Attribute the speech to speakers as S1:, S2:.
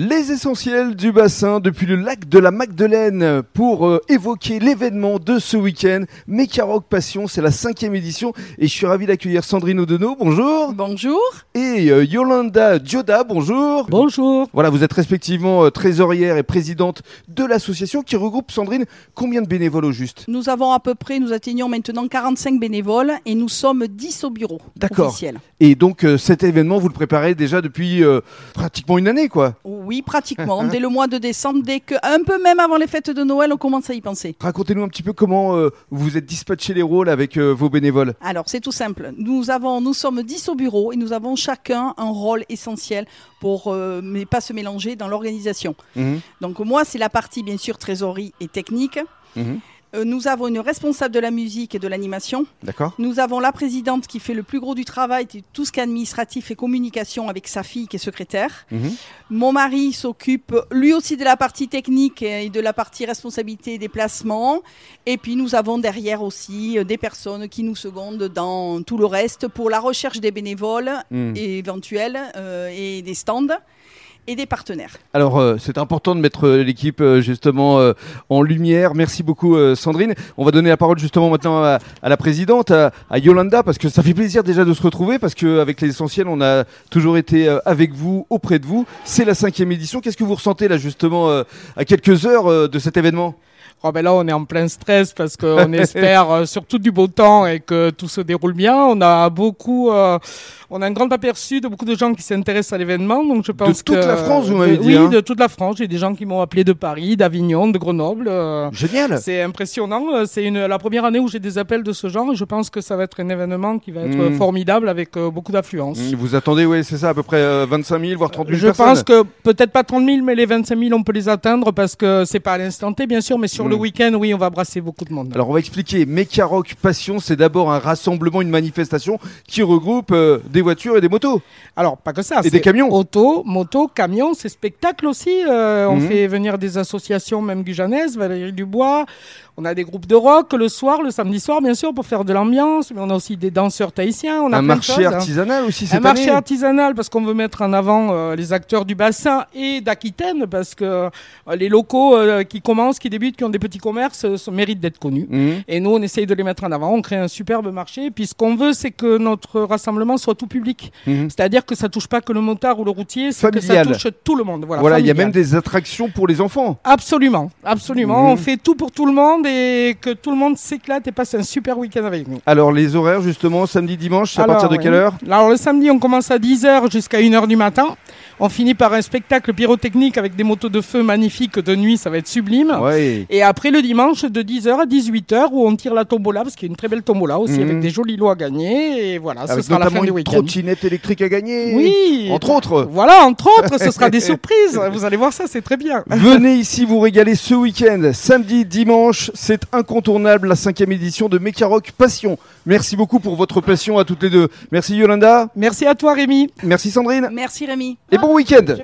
S1: Les essentiels du bassin depuis le lac de la Magdeleine pour euh, évoquer l'événement de ce week-end. Mécaroc Passion, c'est la cinquième édition et je suis ravi d'accueillir Sandrine Odenot, bonjour,
S2: Bonjour.
S1: et euh, Yolanda Dioda, bonjour.
S3: Bonjour.
S1: Voilà, vous êtes respectivement euh, trésorière et présidente de l'association qui regroupe, Sandrine, combien de bénévoles au juste
S2: Nous avons à peu près, nous atteignons maintenant 45 bénévoles et nous sommes 10 au bureau
S1: D'accord.
S2: officiel.
S1: Et donc euh, cet événement, vous le préparez déjà depuis euh, pratiquement une année, quoi.
S2: Oui, pratiquement. dès le mois de décembre, dès que, un peu même avant les fêtes de Noël, on commence à y penser.
S1: Racontez-nous un petit peu comment euh, vous êtes dispatché les rôles avec euh, vos bénévoles.
S2: Alors, c'est tout simple. Nous avons, nous sommes 10 au bureau et nous avons chacun un rôle essentiel pour euh, ne pas se mélanger dans l'organisation.
S1: Mhm,
S2: Donc, moi, c'est la partie, bien sûr, trésorerie et technique.
S1: mhm,
S2: Euh, nous avons une responsable de la musique et de l'animation.
S1: D'accord
S2: Nous avons la présidente qui fait le plus gros du travail, qui- tout ce qui est administratif et communication avec sa fille qui est secrétaire.
S1: Mhm.
S2: Mon mari s'occupe lui aussi de la partie technique et de la partie responsabilité et déplacement. Et puis nous avons derrière aussi euh, des personnes qui nous secondent dans tout le reste pour la recherche des bénévoles
S1: Mhm.
S2: et éventuels euh, et des stands et des partenaires.
S1: Alors euh, c'est important de mettre euh, l'équipe euh, justement euh, en lumière. Merci beaucoup euh, Sandrine. On va donner la parole justement maintenant à, à la présidente, à, à Yolanda, parce que ça fait plaisir déjà de se retrouver, parce qu'avec les essentiels, on a toujours été euh, avec vous, auprès de vous. C'est la cinquième édition. Qu'est-ce que vous ressentez là justement euh, à quelques heures euh, de cet événement
S3: Oh ben là, on est en plein stress parce qu'on espère euh, surtout du beau temps et que tout se déroule bien. On a beaucoup, euh, on a un grand aperçu de beaucoup de gens qui s'intéressent à l'événement. Donc je pense
S1: toute
S3: que-
S1: la France, vous m'avez
S3: de-
S1: dit,
S3: Oui,
S1: hein.
S3: de toute la France. J'ai des gens qui m'ont appelé de Paris, d'Avignon, de Grenoble. euh,
S1: Génial
S3: C'est impressionnant. Euh, C'est une la première année où j'ai des appels de ce genre. et Je pense que ça va être un événement qui va être
S1: Mm.
S3: euh, formidable avec euh, beaucoup d'affluence.
S1: Mmh, Vous attendez, oui, c'est ça, à peu près euh, 25 000, voire 30 000
S3: Je
S1: personnes.
S3: pense que peut-être pas 30 000, mais les 25 000, on peut les atteindre parce que c'est pas à l'instant T, bien sûr, mais sur le
S1: Mm.
S3: week-end, oui, on va brasser beaucoup de monde.
S1: Alors on va expliquer. Mecha Rock Passion, c'est d'abord un rassemblement, une manifestation qui regroupe euh, des voitures et des motos.
S3: Alors, pas que ça.
S1: Et des
S3: c'est
S1: camions.
S3: Auto, moto, camions, c'est spectacle aussi. Euh, On
S1: Mhm.
S3: fait venir des associations, même gujanaises, Valérie Dubois. On a des groupes de rock le soir, le samedi soir, bien sûr, pour faire de l'ambiance. Mais on a aussi des danseurs tahitiens. On a
S1: un
S3: plein de
S1: marché
S3: choses, hein.
S1: artisanal aussi cette
S3: Un marché
S1: année.
S3: artisanal parce qu'on veut mettre en avant euh, les acteurs du bassin et d'Aquitaine parce que euh, les locaux euh, qui commencent, qui débutent, qui ont des petits commerces euh, se- méritent d'être connus.
S1: Mhm.
S3: Et nous, on essaye de les mettre en avant. On crée un superbe marché. Puis ce qu'on veut, c'est que notre rassemblement soit tout public.
S1: Mhm.
S3: C'est-à-dire que ça touche pas que le montard ou le routier, c'est que ça
S1: Familial.
S3: touche tout le monde. Voilà,
S1: Voilà, il y a
S3: familial.
S1: même des attractions pour les enfants.
S3: Absolument, absolument.
S1: Mhm.
S3: On fait tout pour tout le monde et que tout le monde s'éclate et passe un super week-end avec nous.
S1: Alors les horaires justement, samedi, dimanche, c'est à
S3: Alors,
S1: partir de quelle
S3: oui.
S1: heure
S3: Alors le samedi, on commence à 10h jusqu'à 1h du matin. On finit par un spectacle pyrotechnique avec des motos de feu magnifiques de nuit, ça va être sublime.
S1: Ouais.
S3: Et après le dimanche de 10h à 18h où on tire la tombola parce qu'il y a une très belle tombola aussi
S1: Mhm.
S3: avec des jolis lots à gagner et voilà, ce
S1: Avec
S3: sera la fin
S1: notamment
S3: du
S1: une
S3: week-end.
S1: trottinette électrique à gagner.
S3: Oui.
S1: Entre autres.
S3: Voilà, entre autres, ce sera des surprises. Vous allez voir ça, c'est très bien.
S1: Venez ici vous régaler ce week-end, samedi, dimanche, c'est incontournable la cinquième édition de Mecha Rock Passion. Merci beaucoup pour votre passion à toutes les deux. Merci Yolanda,
S3: Merci à toi, Rémi.
S1: merci Sandrine
S2: Merci Rémi.
S1: et bon week-end.